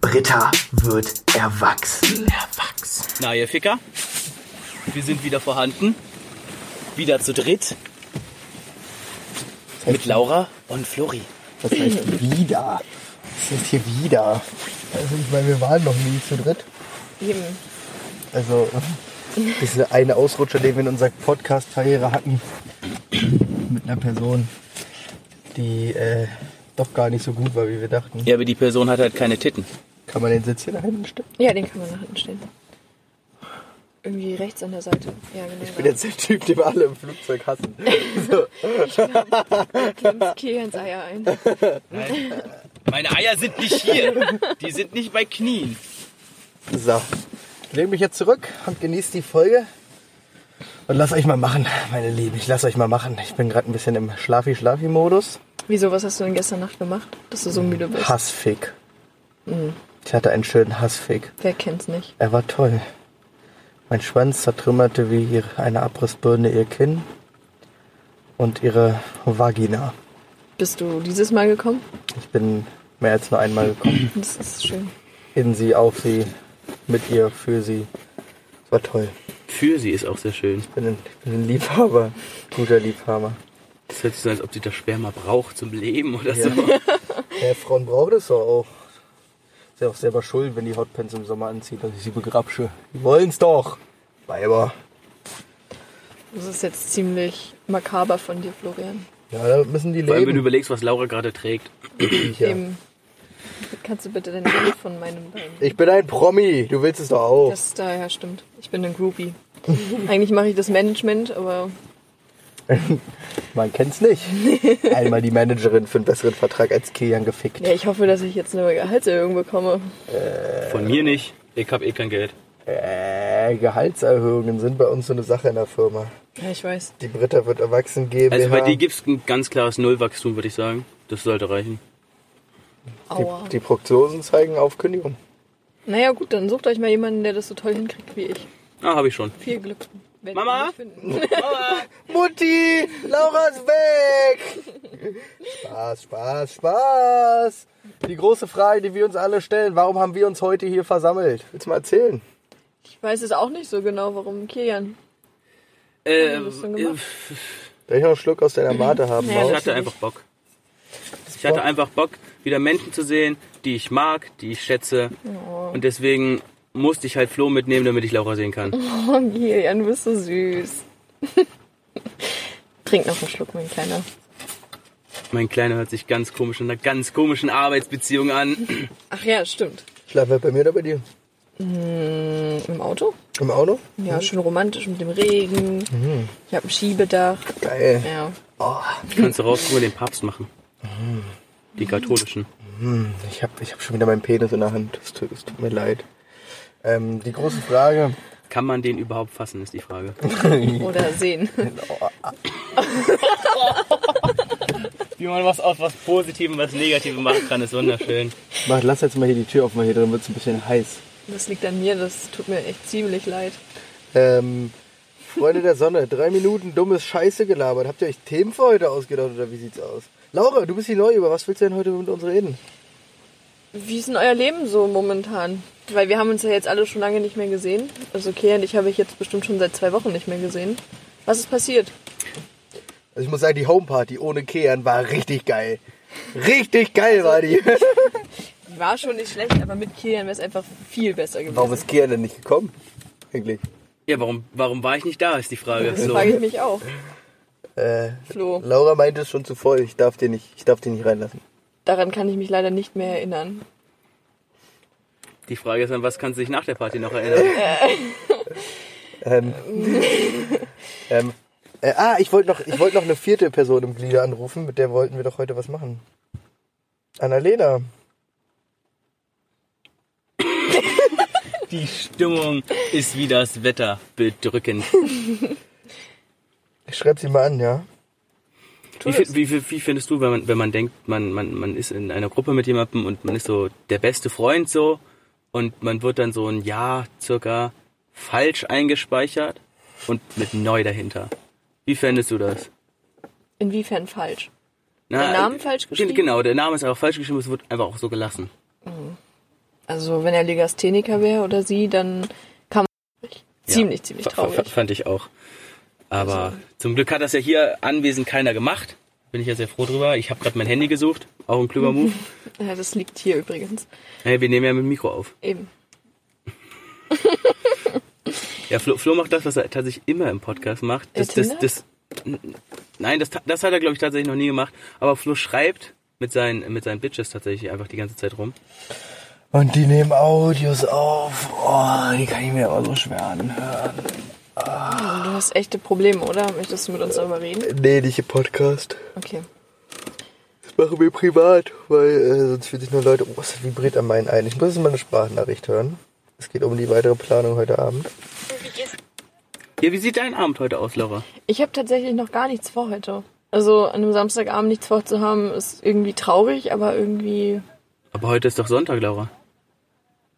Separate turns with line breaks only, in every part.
Britta wird erwachsen.
Erwachsen. Na, ihr Ficker, wir sind wieder vorhanden. Wieder zu dritt. Mit Laura und Flori.
Das heißt wieder. Das ist hier wieder.
Also ich meine, wir waren noch nie zu dritt.
Eben.
Also diese eine Ausrutscher, den wir in unserer Podcast-Karriere hatten. Mit einer Person, die äh, doch gar nicht so gut war, wie wir dachten.
Ja, aber die Person hat halt keine Titten.
Kann man den Sitz hier nach hinten stellen?
Ja, den kann man nach hinten stellen. Irgendwie rechts an der Seite. Ja, genau. Ich
Ich bin jetzt der Typ, den wir alle im Flugzeug hassen. So.
Klee ins Eier ein.
Meine Eier sind nicht hier. Die sind nicht bei Knien.
so. Ich lehne mich jetzt zurück und genieße die Folge. Und lasst euch mal machen, meine Lieben. Ich lasse euch mal machen. Ich bin gerade ein bisschen im Schlafi-Schlafi-Modus.
Wieso, was hast du denn gestern Nacht gemacht, dass du so müde bist?
Hassfick. Ich hatte einen schönen Hassfick.
Wer kennt's nicht?
Er war toll. Mein Schwanz zertrümmerte wie ihre- eine Abrissbirne ihr Kinn und ihre Vagina.
Bist du dieses Mal gekommen?
Ich bin mehr als nur einmal gekommen.
Das ist schön.
In sie, auf sie, mit ihr, für sie. Es war toll.
Für sie ist auch sehr schön.
Ich bin ein, ich bin ein Liebhaber. Guter Liebhaber.
Das hört sich so an, als ob sie das Sperma braucht zum Leben oder
Ja.
so.
Ja, Frauen brauchen das doch auch. Ist ja auch selber schuld, wenn die Hotpants im Sommer anzieht, dass ich sie begrapsche. Die wollen's doch. Weiber.
Das ist jetzt ziemlich makaber von dir, Florian.
Ja, da müssen die
Vor allem, wenn du
leben.
überlegst, was Laura gerade trägt.
Viecher.
Eben. Kannst du bitte den Namen von meinem Bein?
Ich bin ein Promi. Du willst es doch auch.
Das daher stimmt. Ich bin ein Groupie. Eigentlich mache ich das Management, aber
Man kennt's nicht. Einmal die Managerin für einen besseren Vertrag als Kilian gefickt.
ja, ich hoffe, dass ich jetzt eine Gehaltserhöhung bekomme.
Von mir nicht. Ich hab eh kein Geld.
Äh, Gehaltserhöhungen sind bei uns so eine Sache in der Firma.
Ja, ich weiß.
Die Britta wird erwachsen geben.
Also bei dir gibt's ein ganz klares Nullwachstum, würde ich sagen. Das sollte reichen.
Aua.
die, die Prognosen zeigen auf Kündigung.
Naja, gut, dann sucht euch mal jemanden, der das so toll hinkriegt wie ich.
Ah, habe ich schon.
Viel Glück. Werdet ihr
Mama?
nicht finden.
Mutti, Laura ist weg. Spaß, Spaß, Spaß. Die große Frage, die wir uns alle stellen, warum haben wir uns heute hier versammelt? Willst du mal erzählen?
Ich weiß es auch nicht so genau, warum Kilian.
Äh,
hast du denn gemacht?
Soll ich noch einen Schluck aus deiner Mate haben?
Ja,
Maus?
ich hatte einfach Bock. Ich hatte einfach Bock, wieder Menschen zu sehen, die ich mag, die ich schätze. Und deswegen musste ich halt Flo mitnehmen, damit ich Laura sehen kann.
Oh, Kilian, du bist so süß. Trink noch einen Schluck, mein Kleiner.
Mein Kleiner hört sich ganz komisch in einer ganz komischen Arbeitsbeziehung an.
Ach ja, stimmt.
Schlaf wer bei mir oder bei dir?
Hm, Im Auto?
Im Auto?
Ja, schön romantisch mit dem Regen. Ich habe ein Schiebedach.
Geil. Oh,
Ja.
Kannst du rausgucken und den Papst machen. Die katholischen.
Ich habe ich hab schon wieder meinen Penis in der Hand. Es tut, es tut mir leid. Ähm, die große Frage.
Kann man den überhaupt fassen, ist die Frage.
Oder sehen.
Wie man was aus was Positivem, was Negativem machen kann, ist wunderschön.
Mach, lass jetzt mal hier die Tür offen, weil hier drin wird es ein bisschen heiß.
Das liegt an mir, das tut mir echt ziemlich leid.
Ähm, Freunde der Sonne, drei Minuten dummes Scheiße gelabert. Habt ihr euch Themen für heute ausgedacht oder wie sieht's aus? Laura, du bist hier neu. Über was willst du denn heute mit uns reden?
Wie ist denn euer Leben so momentan? Weil wir haben uns ja jetzt alle schon lange nicht mehr gesehen. Also Kilian, dich habe ich jetzt bestimmt schon seit zwei Wochen nicht mehr gesehen. Was ist passiert?
Also ich muss sagen, die Homeparty ohne Kehren war richtig geil. Richtig geil war die.
Die war schon nicht schlecht, aber mit Kilian wäre es einfach viel besser gewesen.
Warum ist Kehren denn nicht gekommen? Eigentlich.
Ja, warum, warum war ich nicht da, ist die Frage.
Das
So.
frage ich mich auch.
Äh,
Flo,
Laura meinte es ist schon zu voll. Ich darf den nicht, ich darf den nicht reinlassen.
daran kann ich mich leider nicht mehr erinnern.
Die Frage ist, an was kannst du dich nach der Party noch erinnern?
Ähm, ähm, äh, ah, ich wollte noch, ich wollte noch eine vierte Person im Glieder anrufen, mit der wollten wir doch heute was machen. Annalena.
Die Stimmung ist wie das Wetter bedrückend.
Ich schreib sie mal an, ja?
Wie, fi- wie, fi- wie findest du, wenn man, wenn man denkt, man, man, man ist in einer Gruppe mit jemandem und man ist so der beste Freund so und man wird dann so ein Jahr circa falsch eingespeichert und mit neu dahinter. Wie fändest du das?
Inwiefern falsch?
Na,
Der Name
äh,
falsch geschrieben?
Genau, der Name ist einfach falsch geschrieben, es wird einfach auch so gelassen.
Also wenn er Legastheniker wäre oder sie, dann kann man ziemlich, ziemlich
Fa- fa-
traurig. Also
Fand ich auch. Aber zum Glück hat das ja hier anwesend keiner gemacht. Bin ich ja sehr froh drüber. Ich habe gerade mein Handy gesucht. Auch ein kluger Move.
Ja, das liegt hier übrigens.
Hey, wir nehmen ja mit dem Mikro auf.
Eben.
Ja, Flo, Flo macht das, was er tatsächlich immer im Podcast macht. Das,
Er
das, das, nein, das, das hat er, glaube ich, tatsächlich noch nie gemacht. Aber Flo schreibt mit seinen, mit seinen Bitches tatsächlich einfach die ganze Zeit rum.
Und die nehmen Audios auf. Oh, die kann ich mir aber so schwer anhören.
Und du hast echte Probleme, oder? Möchtest du mit uns darüber reden?
Nee, nicht im Podcast.
Okay.
Das machen wir privat, weil äh, sonst fühlen sich nur Leute, oh, es vibriert an meinen ein. Ich muss jetzt mal eine Sprachnachricht hören. Es geht um die weitere Planung heute Abend.
Ja, wie sieht dein Abend heute aus, Laura?
Ich habe tatsächlich noch gar nichts vor heute. Also an einem Samstagabend nichts vorzuhaben, ist irgendwie traurig, aber irgendwie.
Aber heute ist doch Sonntag, Laura.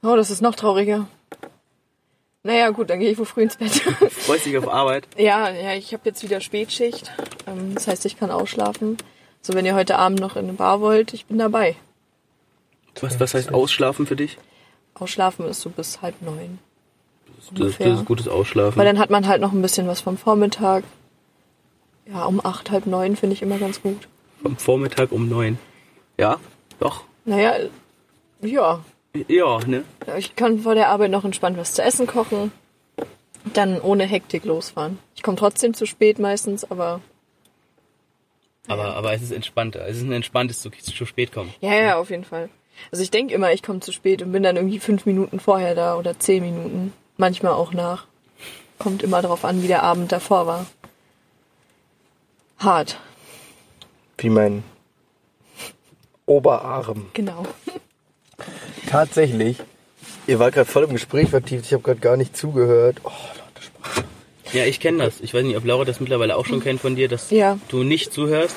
Oh, das ist noch trauriger. Naja, gut, dann gehe ich wohl früh ins Bett.
Freust dich auf Arbeit?
ja, ja, ich habe jetzt wieder Spätschicht. Ähm, Das heißt, ich kann ausschlafen. So, wenn ihr heute Abend noch in eine Bar wollt, ich bin dabei.
Was, was heißt Ausschlafen für dich?
Ausschlafen ist so bis halb neun.
Das,
Ungefähr.
das ist gutes Ausschlafen.
Weil dann hat man halt noch ein bisschen was vom Vormittag. Ja, um acht, halb neun finde ich immer ganz gut.
Am Vormittag um neun. Ja, doch.
Naja, ja.
Ja, ne?
Ich kann vor der Arbeit noch entspannt was zu essen kochen. Dann ohne Hektik losfahren. Ich komme trotzdem zu spät meistens, aber.
Aber, aber es ist entspannter. Es ist ein entspanntes zu, zu spät kommen.
Ja, ja, auf jeden Fall. Also ich denke immer, ich komme zu spät und bin dann irgendwie fünf Minuten vorher da oder zehn Minuten. Manchmal auch nach. Kommt immer darauf an, wie der Abend davor war. Hart,
Wie mein Oberarm.
genau.
Tatsächlich. Ihr wart gerade voll im Gespräch vertieft. Ich habe gerade gar nicht zugehört. Oh, Leute, Spaß.
Ja, ich kenne das. Ich weiß nicht, ob Laura das mittlerweile auch schon kennt von dir, dass
Ja.
du nicht zuhörst.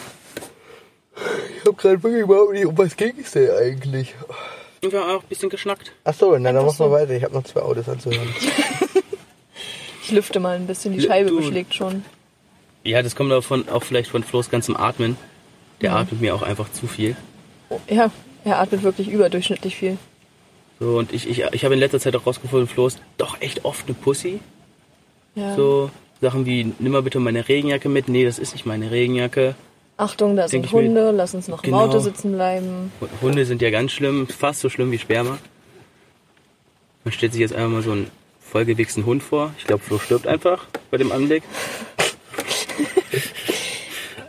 Ich habe gerade wirklich überhaupt nicht, um was ging es denn eigentlich?
Und wir haben auch ein bisschen geschnackt.
Ach so, na, dann mach mal weiter. Ich habe noch zwei Autos anzuhören.
Ich lüfte mal ein bisschen, die
Lü-
Scheibe
du-
beschlägt schon.
Ja, das kommt davon, auch vielleicht von Flo's ganzem Atmen. Der atmet mir auch einfach zu viel.
Ja, er atmet wirklich überdurchschnittlich viel.
So, und ich, ich, ich habe in letzter Zeit auch rausgefunden, Flo ist doch echt oft eine Pussy.
Ja.
So Sachen wie, nimm mal bitte meine Regenjacke mit. Nee, das ist nicht meine Regenjacke.
Achtung, da
Denk
sind
ich mir-
Hunde, lass uns noch
Genau.
im Auto sitzen bleiben.
Hunde sind ja ganz schlimm, fast so schlimm wie Sperma. Man stellt sich jetzt einfach mal so einen vollgewichsten Hund vor. Ich glaube, Flo stirbt einfach bei dem Anblick.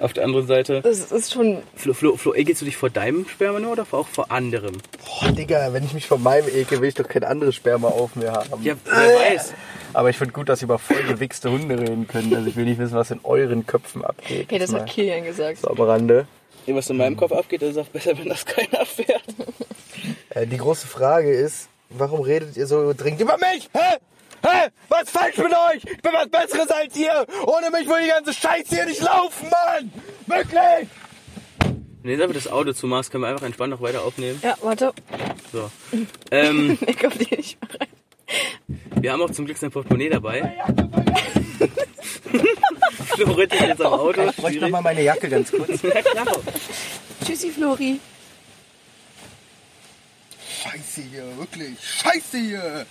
Auf der anderen Seite.
Das ist schon
Flo, Flo, Flo, ekelst du dich vor deinem Sperma nur oder auch vor anderem?
Boah, Digga, wenn ich mich von meinem ekel, will ich doch kein anderes Sperma auf mir haben.
Ja, wer weiß.
Aber ich finde gut, dass ihr über vollgewichste Hunde reden könnt. Also ich will nicht wissen, was in euren Köpfen abgeht.
Okay, das
Jetzt
hat
mal
Kilian gesagt.
so am Rande.
Was in meinem Kopf abgeht, ist auch besser, wenn das keiner erfährt.
Äh, die große Frage ist, warum redet ihr so dringend über mich? Hä? Hä? Was ist falsch mit euch? Ich bin was Besseres als ihr. Ohne mich würde die ganze Scheiße hier nicht laufen, Mann. Wirklich?
Wenn du jetzt einfach das Auto zumachst, können wir einfach entspannt noch weiter aufnehmen.
Ja, warte.
So. Ähm,
Ich auf die nicht rein.
wir haben auch zum Glück sein Portemonnaie dabei. Flo rettet jetzt am Auto.
Ich bräuchte noch mal meine Jacke ganz kurz.
Ja, klar.
Tschüssi, Flori.
Scheiße hier, wirklich. Scheiße hier.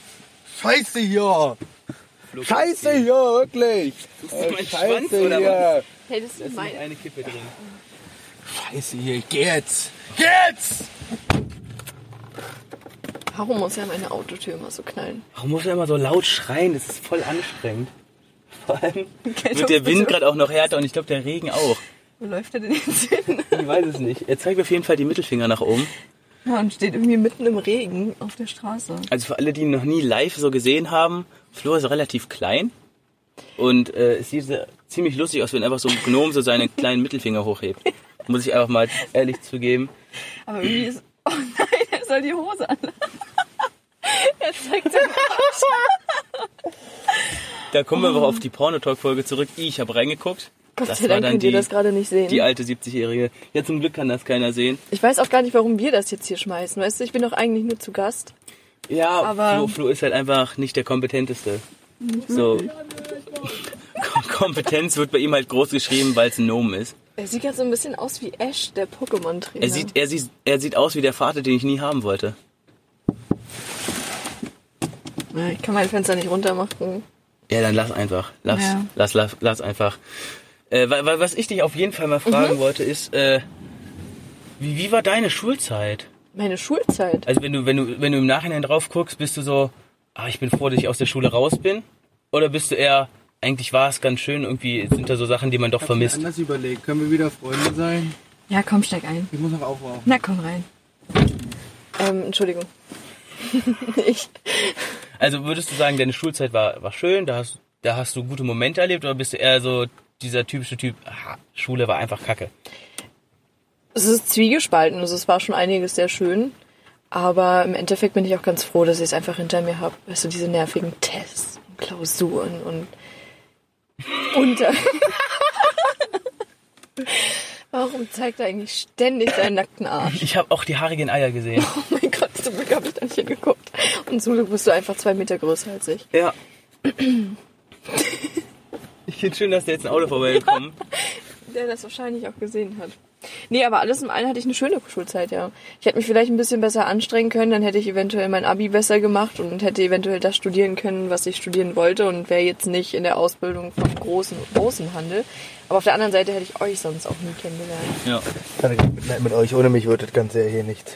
Scheiße hier. Scheiße hier, wirklich.
mein
Äh,
Schwanz, oder
Hey, das ist
Ist
mein.
eine Kippe drin.
Scheiße hier, ich geh jetzt. Geh jetzt!
Warum muss ja meine Autotür immer so knallen?
Warum muss er immer so laut schreien? Das ist voll anstrengend. Vor allem
doch
wird der Wind gerade auch noch härter und ich glaube der Regen auch.
Wo läuft er denn jetzt hin?
Ich weiß es nicht. Er zeigt auf jeden Fall die Mittelfinger nach oben.
Man steht irgendwie mitten im Regen auf der Straße.
Also für alle, die ihn noch nie live so gesehen haben, Flo ist relativ klein und äh, es sieht sehr- ziemlich lustig aus, wenn einfach so ein Gnom so seine kleinen Mittelfinger hochhebt. Muss ich einfach mal ehrlich zugeben.
Aber irgendwie ist. Oh nein, er soll die Hose anlassen. er zeigt den Arsch.
Da kommen wir aber auf die Pornotalk-Folge zurück. Ich habe reingeguckt.
Gott sei Dank könnt ihr das gerade nicht sehen.
die alte 70-Jährige. Ja, zum Glück kann das keiner sehen.
Ich weiß auch gar nicht, warum wir das jetzt hier schmeißen. Weißt du, ich bin doch eigentlich nur zu Gast.
Ja,
Aber-
Flo, Flo ist halt einfach nicht der kompetenteste. So. Kom- Kompetenz wird bei ihm halt groß geschrieben, weil es ein Nomen ist.
Er sieht gerade so ein bisschen aus wie Ash, der Pokémon-Trainer.
Er, sieht, er, sieht, er sieht aus wie der Vater, den ich nie haben wollte.
Ja, Ah, Ich kann mein Fenster nicht runter machen.
Ja, dann lass einfach. Lass,
Ja.
lass, lass, lass einfach. Äh, wa- wa- was ich dich auf jeden Fall mal
Mhm.
fragen wollte, ist, äh, wie, wie war deine Schulzeit?
Meine Schulzeit.
Also wenn du, wenn du, wenn du im Nachhinein drauf guckst, bist du so, ah, ich bin froh, dass ich aus der Schule raus bin? Oder bist du eher, eigentlich war es ganz schön, irgendwie sind da so Sachen, die man doch vermisst?
Anders überlegt. Können wir wieder Freunde sein?
Ja, komm, steig ein.
Ich muss noch aufwachen.
Na, komm rein. Ähm, Entschuldigung. ich,
Also würdest du sagen, deine Schulzeit war, war schön, da hast, da hast du gute Momente erlebt, oder bist du eher so dieser typische Typ, aha, Schule war einfach kacke?
es ist zwiegespalten, also es war schon einiges sehr schön. Aber im Endeffekt bin ich auch ganz froh, dass ich es einfach hinter mir habe. Weißt du, diese nervigen Tests und Klausuren und unter. Warum zeigt er eigentlich ständig seinen nackten Arsch?
Ich habe auch die haarigen Eier gesehen.
Oh mein Gott, zum Glück habe ich da nicht hingeguckt. Und zum Glück bist du einfach zwei Meter größer als ich.
Ja. Ich finde schön, dass da jetzt ein Auto vorbeigekommen.
der das wahrscheinlich auch gesehen hat. Nee, aber alles im allen hatte ich eine schöne Schulzeit, ja. Ich hätte mich vielleicht ein bisschen besser anstrengen können, dann hätte ich eventuell mein Abi besser gemacht und hätte eventuell das studieren können, was ich studieren wollte und wäre jetzt nicht in der Ausbildung vom großen Außenhandel. Aber auf der anderen Seite hätte ich euch sonst auch nie kennengelernt.
Ja.
Keine Mitleid mit euch. Ohne mich wird das Ganze ja hier nichts.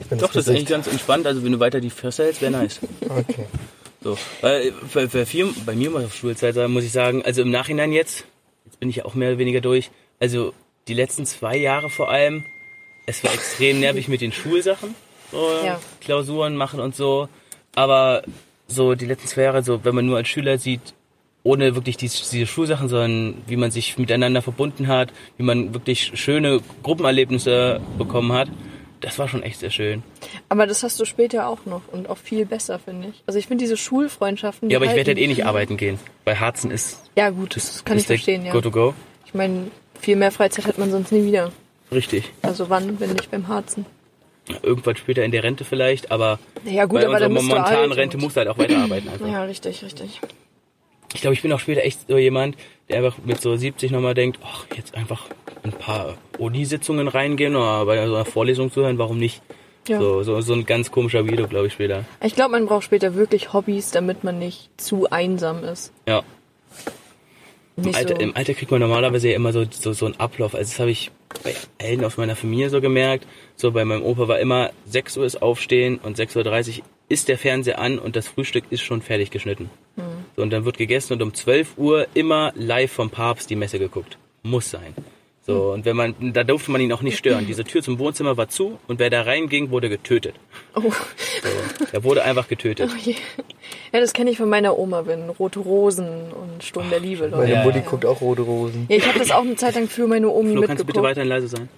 Ich bin
Doch, das ist eigentlich
Gesicht.
ganz entspannt. Also wenn du weiter die Fresse hältst, wäre nice.
Okay.
So. Weil, weil, weil viel, bei mir mal auf Schulzeit sagen, muss ich sagen, also im Nachhinein jetzt, jetzt bin ich ja auch mehr oder weniger durch, also die letzten zwei Jahre vor allem, es war extrem nervig mit den Schulsachen. So,
Ja.
Klausuren machen und so. Aber so die letzten zwei Jahre, so wenn man nur als Schüler sieht, ohne wirklich diese, diese Schulsachen, sondern wie man sich miteinander verbunden hat, wie man wirklich schöne Gruppenerlebnisse bekommen hat, das war schon echt sehr schön.
Aber das hast du später auch noch und auch viel besser, finde ich. Also ich finde diese Schulfreundschaften. die
Ja, aber ich werde
halten-
halt eh nicht arbeiten gehen, weil Harzen ist
Ja, gut, das kann
ist
ich
der
verstehen, ja.
Go to go.
Ich meine, viel mehr Freizeit hat man sonst nie wieder.
Richtig.
Also wann, wenn nicht beim Harzen?
Irgendwann später in der Rente vielleicht, aber
Ja, gut,
bei
aber
unserer
dann bist du alt.
momentanen
und-
Rente musst du halt auch weiterarbeiten. Einfach.
Ja, richtig, richtig.
Ich glaube, ich bin auch später echt so jemand, der einfach mit so 70 nochmal denkt, ach, jetzt einfach ein paar Uni-Sitzungen reingehen oder bei so einer Vorlesung zuhören, warum nicht?
Ja.
So, so, so ein ganz komischer Video, glaube ich, später.
Ich glaube, man braucht später wirklich Hobbys, damit man nicht zu einsam ist.
Ja. Im
Nicht
Alter,
so.
Im Alter kriegt man normalerweise ja immer so, so, so einen Ablauf. Also das habe ich bei allen aus meiner Familie so gemerkt. So bei meinem Opa war immer 6 Uhr ist aufstehen und 6.30 Uhr ist der Fernseher an und das Frühstück ist schon fertig geschnitten.
Hm.
So, und dann wird gegessen und um 12 Uhr immer live vom Papst die Messe geguckt. Muss sein. So,
Hm.
und wenn man, da durfte man ihn auch nicht stören. Diese Tür zum Wohnzimmer war zu und wer da reinging, wurde getötet.
Oh,
So, er wurde einfach getötet.
je. ja, das kenne ich von meiner Oma, wenn Rote Rosen und Sturm der Liebe läuft.
Meine
Ja,
Mutti
ja.
guckt auch rote Rosen.
Ja, ich habe das auch eine Zeit lang für meine Omi
Flo, kannst du
mitgeguckt.
bitte weiterhin leise sein?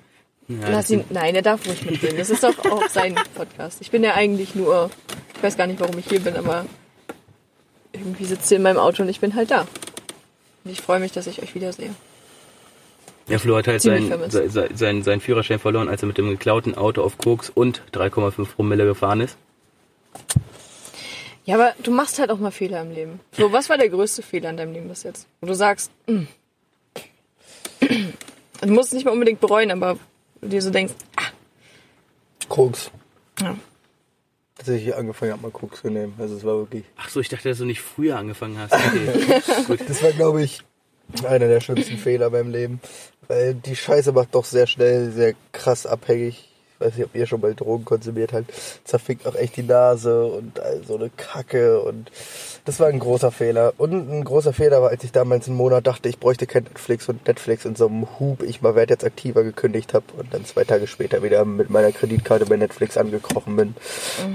Ja,
Lass
das
ihn, nein, er darf ruhig mitgehen. Das ist doch auch sein Podcast. Ich bin ja eigentlich nur, ich weiß gar nicht, warum ich hier bin, aber irgendwie sitzt ihr in meinem Auto und ich bin halt da. Und ich freue mich, dass ich euch wiedersehe.
Ja, Flo hat halt seinen
Ziemlich vermisst.
sein, sein, sein, seinen Führerschein verloren, als er mit dem geklauten Auto auf Koks und 3,5 Promille gefahren ist.
Ja, aber du machst halt auch mal Fehler im Leben. So, was war der größte Fehler in deinem Leben bis jetzt? Wo du sagst, mm. du musst es nicht mal unbedingt bereuen, aber du dir so denkst,
Koks.
Ja.
Dass ich hier angefangen habe, mal Koks zu nehmen. Also es war wirklich...
Ach so, ich dachte, dass du nicht früher angefangen hast. Okay. Gut.
Das war, glaube ich, einer der schlimmsten Fehler beim Leben. Weil die Scheiße macht doch sehr schnell, sehr krass abhängig. Ich weiß nicht, ob ihr schon mal Drogen konsumiert habt. Zerfickt auch echt die Nase und all so eine Kacke. Und das war ein großer Fehler. Und ein großer Fehler war, als ich damals einen Monat dachte, ich bräuchte kein Netflix und Netflix in so einem Hub, ich mal werde jetzt aktiver gekündigt habe und dann zwei Tage später wieder mit meiner Kreditkarte bei Netflix angekrochen bin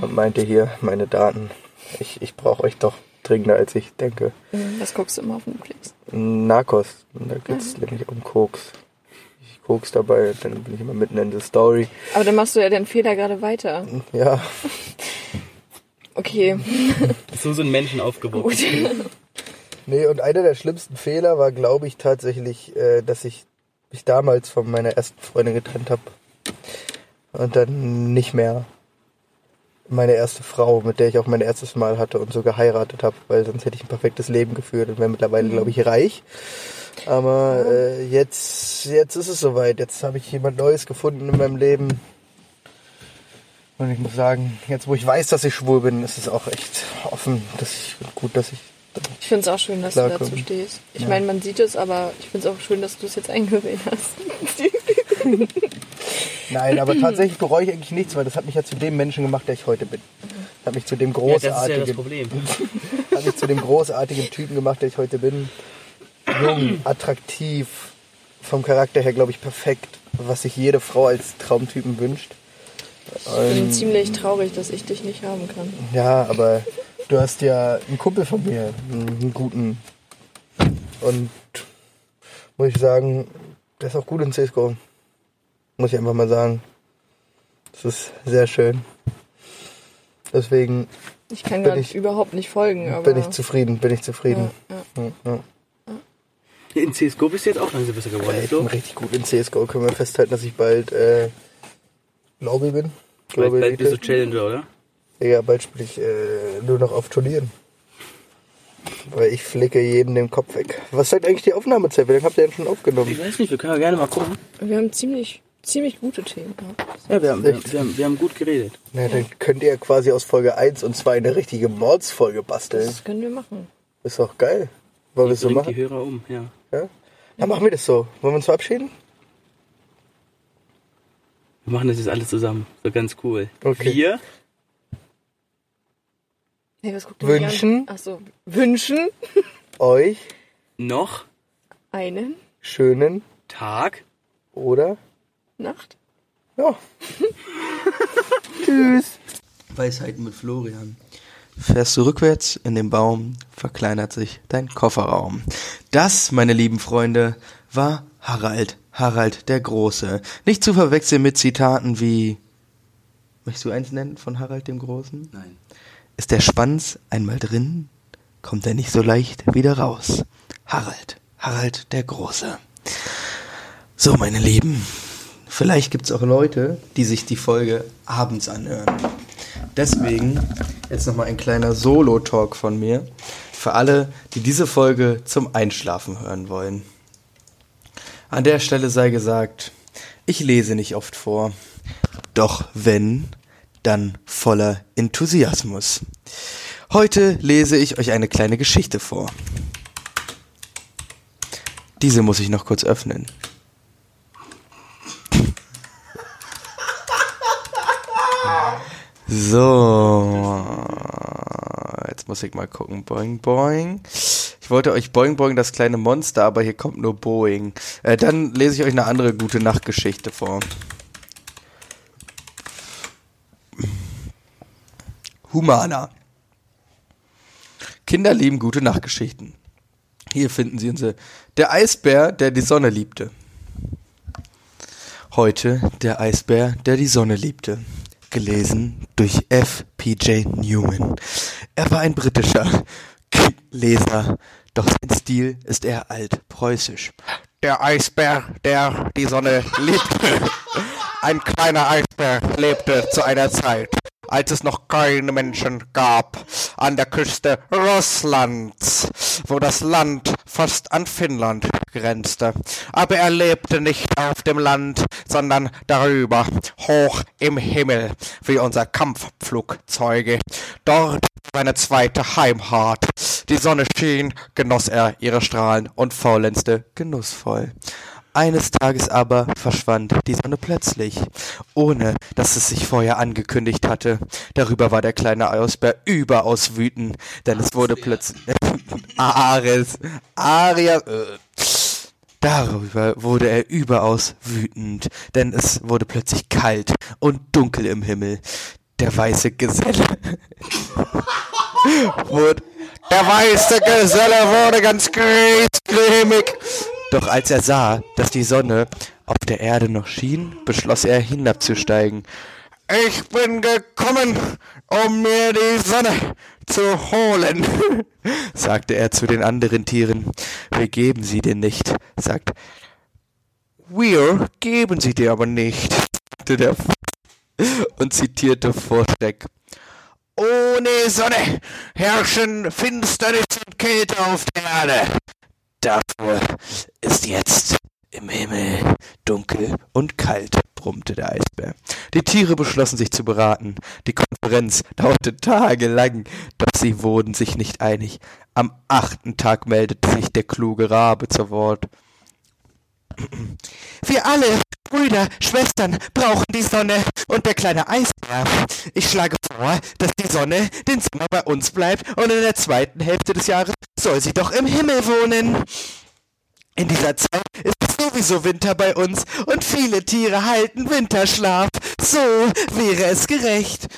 und meinte hier, meine Daten, ich, ich brauche euch doch dringender, als ich denke.
mm, das guckst du immer auf Netflix.
Narcos. Und Da geht es nämlich um Koks. Ich koks dabei, und dann bin ich immer mitten in der Story.
Aber dann machst du ja den Fehler gerade weiter.
Ja,
Okay,
So so ein Menschen aufgewogen.
gut.
nee, und einer der schlimmsten Fehler war, glaube ich, tatsächlich, äh, dass ich mich damals von meiner ersten Freundin getrennt habe. Und dann nicht mehr meine erste Frau, mit der ich auch mein erstes Mal hatte und so geheiratet habe, weil sonst hätte ich ein perfektes Leben geführt und wäre mittlerweile, glaube ich, reich. Aber äh, jetzt, jetzt ist es soweit. Jetzt habe ich jemand Neues gefunden in meinem Leben. Und ich muss sagen, jetzt wo ich weiß, dass ich schwul bin, ist es auch echt offen, dass ich gut, dass ich.
Ich finde es auch schön, dass du
Klarkommen.
dazu stehst. Ich meine, man sieht es, aber ich finde es auch schön, dass du es jetzt eingesehen hast.
Nein, aber tatsächlich bereue ich eigentlich nichts, weil das hat mich ja zu dem Menschen gemacht, der ich heute bin. Das hat mich zu dem
Ja, das ist ja
großartigen,
das Problem.
hat mich zu dem großartigen Typen gemacht, der ich heute bin. Jung, attraktiv, vom Charakter her, glaube ich, perfekt, was sich jede Frau als Traumtypen wünscht.
Ich bin ziemlich traurig, dass ich dich nicht haben kann.
Ja, aber du hast ja einen Kumpel von mir, einen guten. Und muss ich sagen, der ist auch gut in CSGO. Muss ich einfach mal sagen. Das ist sehr schön. Deswegen
Ich kann
Bin
gerade
ich-
überhaupt nicht folgen, aber.
bin ich zufrieden, bin ich zufrieden. Ja, ja.
In CSGO bist du jetzt auch langsam besser geworden,
Ich bin
so?
richtig gut in CSGO. Können wir festhalten, dass ich bald äh, Lobby bin?
Bald,
Global
bald bist du
Elite.
Challenger, oder?
Ja, bald spiele ich äh, nur noch auf Turnieren. Weil ich flicke jedem den Kopf weg. Was sagt eigentlich die Aufnahmezeit? Wie lange habt ihr denn schon
Ich
aufgenommen?
weiß nicht, wir können ja gerne mal gucken.
Wir haben ziemlich, ziemlich gute Themen. gehabt.
Ja, wir haben, wir, wir haben, wir haben gut geredet.
Na, dann könnt ihr ja quasi aus Folge 1 und 2 eine richtige Mordsfolge basteln.
Das können wir machen.
Ist doch geil. Wollen wir es so
Bringt die
machen?
Hörer um, ja.
Ja? Dann machen wir das so. Wollen wir uns verabschieden?
Wir machen das jetzt alles zusammen. So ganz cool.
Okay.
Wir?
Hey, was guckt ihr mich
Wünschen?
an? Ach so, wünschen
Euch
Noch?
einen
schönen
Tag?
oder?
Nacht.
Ja.
Weisheiten mit Florian. Fährst du rückwärts in den Baum, verkleinert sich dein Kofferraum. Das, meine lieben Freunde, war Harald, Harald der Große. Nicht zu verwechseln mit Zitaten wie Möchtest du eins nennen von Harald dem Großen?
Nein.
Ist der Schwanz einmal drin, kommt er nicht so leicht wieder raus. Harald, Harald der Große. So, meine Lieben, vielleicht gibt's auch Leute, die sich die Folge abends anhören. Deswegen jetzt nochmal ein kleiner Solo-Talk von mir für alle, die diese Folge zum Einschlafen hören wollen. An der Stelle sei gesagt, ich lese nicht oft vor. Doch wenn, dann voller Enthusiasmus. Heute lese ich euch eine kleine Geschichte vor. Diese muss ich noch kurz öffnen. So, jetzt muss ich mal gucken. Boing, boing. Ich wollte euch Boing, boing, das kleine Monster, aber hier kommt nur Boeing. Äh, dann lese ich euch eine andere gute Nachtgeschichte vor. Humana. Kinder lieben gute Nachtgeschichten. Hier finden sie unsere. Der Eisbär, der die Sonne liebte. Heute der Eisbär, der die Sonne liebte. Gelesen durch F. P.J. Newman. Er war ein britischer Leser, doch sein Stil ist eher altpreußisch.
Der Eisbär, der die Sonne liebte. Ein kleiner Eisbär lebte zu einer Zeit, als es noch keine Menschen gab, an der Küste Russlands, wo das Land fast an Finnland grenzte. Aber er lebte nicht auf dem Land, sondern darüber, hoch im Himmel, wie unser Kampfflugzeuge. Dort seine zweite Heimhart. Die Sonne schien, genoss er ihre Strahlen und faulenzte
genussvoll. Eines Tages aber verschwand die Sonne plötzlich, ohne dass es sich vorher angekündigt hatte. Darüber war der kleine Eisbär überaus wütend, denn es wurde plötzlich Ares, Aria. Äh. Darüber wurde er überaus wütend, denn es wurde plötzlich kalt und dunkel im Himmel. Der weiße Geselle wurde
Der weiße Geselle wurde ganz griesgrämig.
Doch als er sah, dass die Sonne auf der Erde noch schien, beschloss er hinabzusteigen.
Ich bin gekommen, um mir die Sonne zu holen.
sagte er zu den anderen Tieren. Wir geben sie dir nicht, sagt. Wir geben sie dir aber nicht, sagte der Fuchs und zitierte Vorschreck.
Ohne Sonne herrschen Finsternis und Kälte auf der Erde.
Dafür ist jetzt im Himmel dunkel und kalt, brummte der Eisbär. Die Tiere beschlossen sich zu beraten. Die Konferenz dauerte tagelang, doch sie wurden sich nicht einig. Am achten Tag meldete sich der kluge Rabe zu Wort.
Wir alle, Brüder, Schwestern, brauchen die Sonne und der kleine Eisbär. Ich schlage vor, dass die Sonne den Sommer bei uns bleibt und in der zweiten Hälfte des Jahres soll sie doch im Himmel wohnen. In dieser Zeit ist sowieso Winter bei uns und viele Tiere halten Winterschlaf. So wäre es gerecht.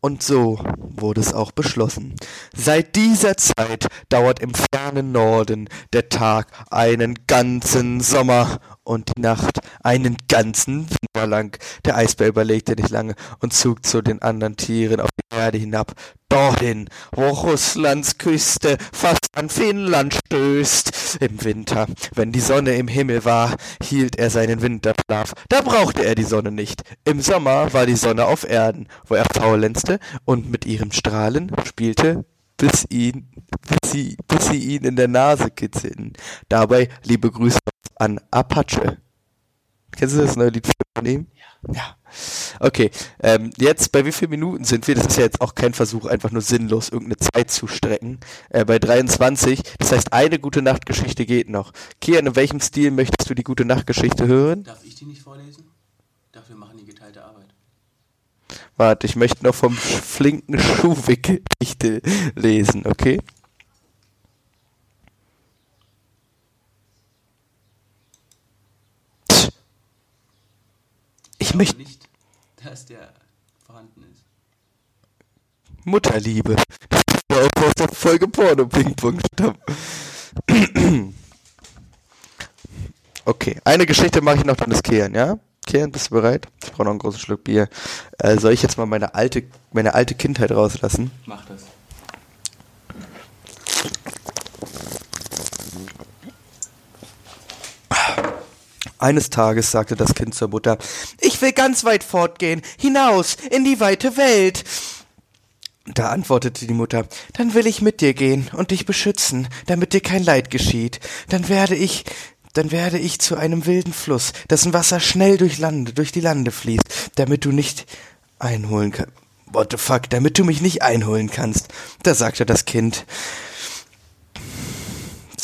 Und so wurde es auch beschlossen. Seit dieser Zeit dauert im fernen Norden der Tag einen ganzen Sommer und die Nacht einen ganzen Winter lang. Der Eisbär überlegte nicht lange und zog zu den anderen Tieren auf die Erde hinab, dorthin, wo Russlands Küste fast an Finnland stößt. Im Winter, wenn die Sonne im Himmel war, hielt er seinen Winterschlaf. Da brauchte er die Sonne nicht. Im Sommer war die Sonne auf Erden, wo er faulenzte und mit ihrem Strahlen spielte, bis, ihn, bis, sie, bis sie ihn in der Nase kitzelten. Dabei liebe Grüße an Apache. Kennst du das neue Lied von ihm? Ja. ja. Okay, ähm, jetzt bei wie vielen Minuten sind wir? Das ist ja jetzt auch kein Versuch, einfach nur sinnlos irgendeine Zeit zu strecken. Äh, bei 23, das heißt, eine gute Nachtgeschichte geht noch. Kian, in welchem Stil möchtest du die gute Nachtgeschichte hören?
Darf ich die nicht vorlesen? Dafür machen die geteilte Arbeit.
Warte, ich möchte noch vom sch- flinken Schuhwick-Dichte lesen, okay? Tsch. Ich möchte
Nicht, dass der vorhanden ist.
Mutterliebe. Das ist ja auch aus der Folge Porno Ping Pong stammt. Okay, eine Geschichte mache ich noch, dann ist Kehren, ja? Kehren, bist du bereit? Ich brauche noch einen großen Schluck Bier. Äh, soll ich jetzt mal meine alte, meine alte Kindheit rauslassen?
Mach das.
Eines Tages sagte das Kind zur Mutter, ich will ganz weit fortgehen, hinaus, in die weite Welt. Da antwortete die Mutter, dann will ich mit dir gehen und dich beschützen, damit dir kein Leid geschieht. Dann werde ich, dann werde ich zu einem wilden Fluss, dessen Wasser schnell durch Lande, durch die Lande fließt, damit du nicht einholen kannst. What the fuck, damit du mich nicht einholen kannst. Da sagte das Kind,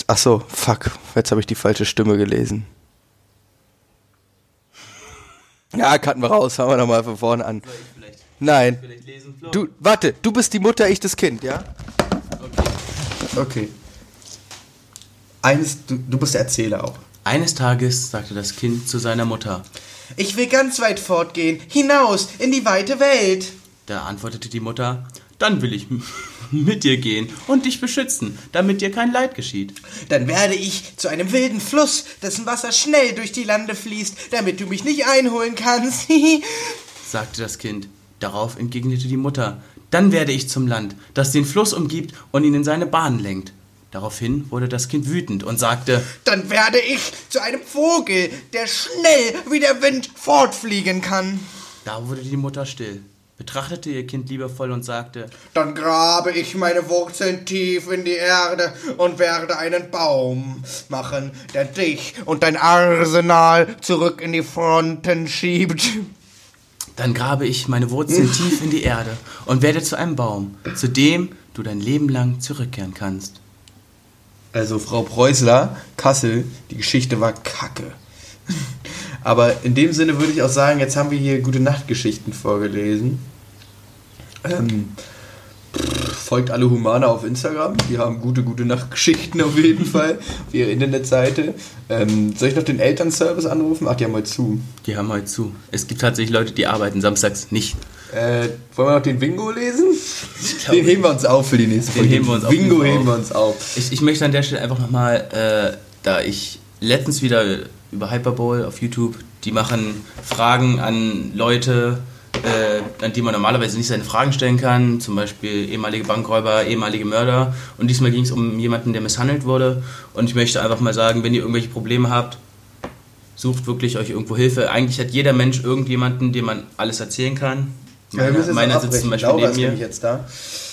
ach so, fuck, jetzt habe ich die falsche Stimme gelesen. Ja, cutten wir raus, fangen wir nochmal von vorne an.
Vielleicht,
Nein.
vielleicht lesen Flo.
Du, warte, du bist die Mutter, ich das Kind, ja? Okay. Eines, du, du bist der Erzähler auch.
Eines Tages sagte das Kind zu seiner Mutter.
Ich will ganz weit fortgehen, hinaus, in die weite Welt.
Da antwortete die Mutter, dann will ich m- mit dir gehen und dich beschützen, damit dir kein Leid geschieht.
Dann werde ich zu einem wilden Fluss, dessen Wasser schnell durch die Lande fließt, damit du mich nicht einholen kannst.
sagte das Kind. Darauf entgegnete die Mutter, dann werde ich zum Land, das den Fluss umgibt und ihn in seine Bahn lenkt. Daraufhin wurde das Kind wütend und sagte,
Dann werde ich zu einem Vogel, der schnell wie der Wind fortfliegen kann.
da wurde die Mutter still, betrachtete ihr Kind liebevoll und sagte,
Dann grabe ich meine Wurzeln tief in die Erde und werde einen Baum machen, der dich und dein Arsenal zurück in die Fronten schiebt.
dann grabe ich meine Wurzeln tief in die Erde und werde zu einem Baum, zu dem du dein Leben lang zurückkehren kannst.
Also Frau Preußler, Kassel, die Geschichte war kacke. Aber in dem Sinne würde ich auch sagen, jetzt haben wir hier gute Nachtgeschichten vorgelesen. Ähm, pff, folgt alle Humana auf Instagram. Die haben gute, gute Nachtgeschichten auf jeden Fall auf ihrer Internetseite. Ähm, soll ich noch den Elternservice anrufen? Ach, die haben heute zu.
Die haben heute zu. Es gibt tatsächlich Leute, die arbeiten samstags nicht.
Äh, wollen wir noch den Wingo lesen?
glaub
Den heben wir uns auf für die nächste
Den
Folge.
heben wir uns auf jeden
Wingo
Fall
heben
auf.
wir uns auf.
Ich, ich möchte an der Stelle einfach nochmal, äh, da ich letztens wieder über Hyperbowl auf YouTube, die machen Fragen an Leute, äh, an die man normalerweise nicht seine Fragen stellen kann, zum Beispiel ehemalige Bankräuber, ehemalige Mörder. Und diesmal ging es um jemanden, der misshandelt wurde. Und ich möchte einfach mal sagen, wenn ihr irgendwelche Probleme habt, sucht wirklich euch irgendwo Hilfe. Eigentlich hat jeder Mensch irgendjemanden, dem man alles erzählen kann.
Ja, wir
Meiner,
müssen jetzt
meiner
abbrechen.
sitzt zum Beispiel
Laura ist
neben mir.
nämlich jetzt da.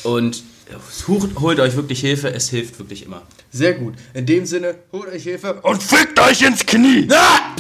Und sucht, holt euch wirklich Hilfe, es hilft wirklich immer.
Sehr gut. In dem Sinne, holt euch Hilfe
Und fickt euch ins Knie!
Ah!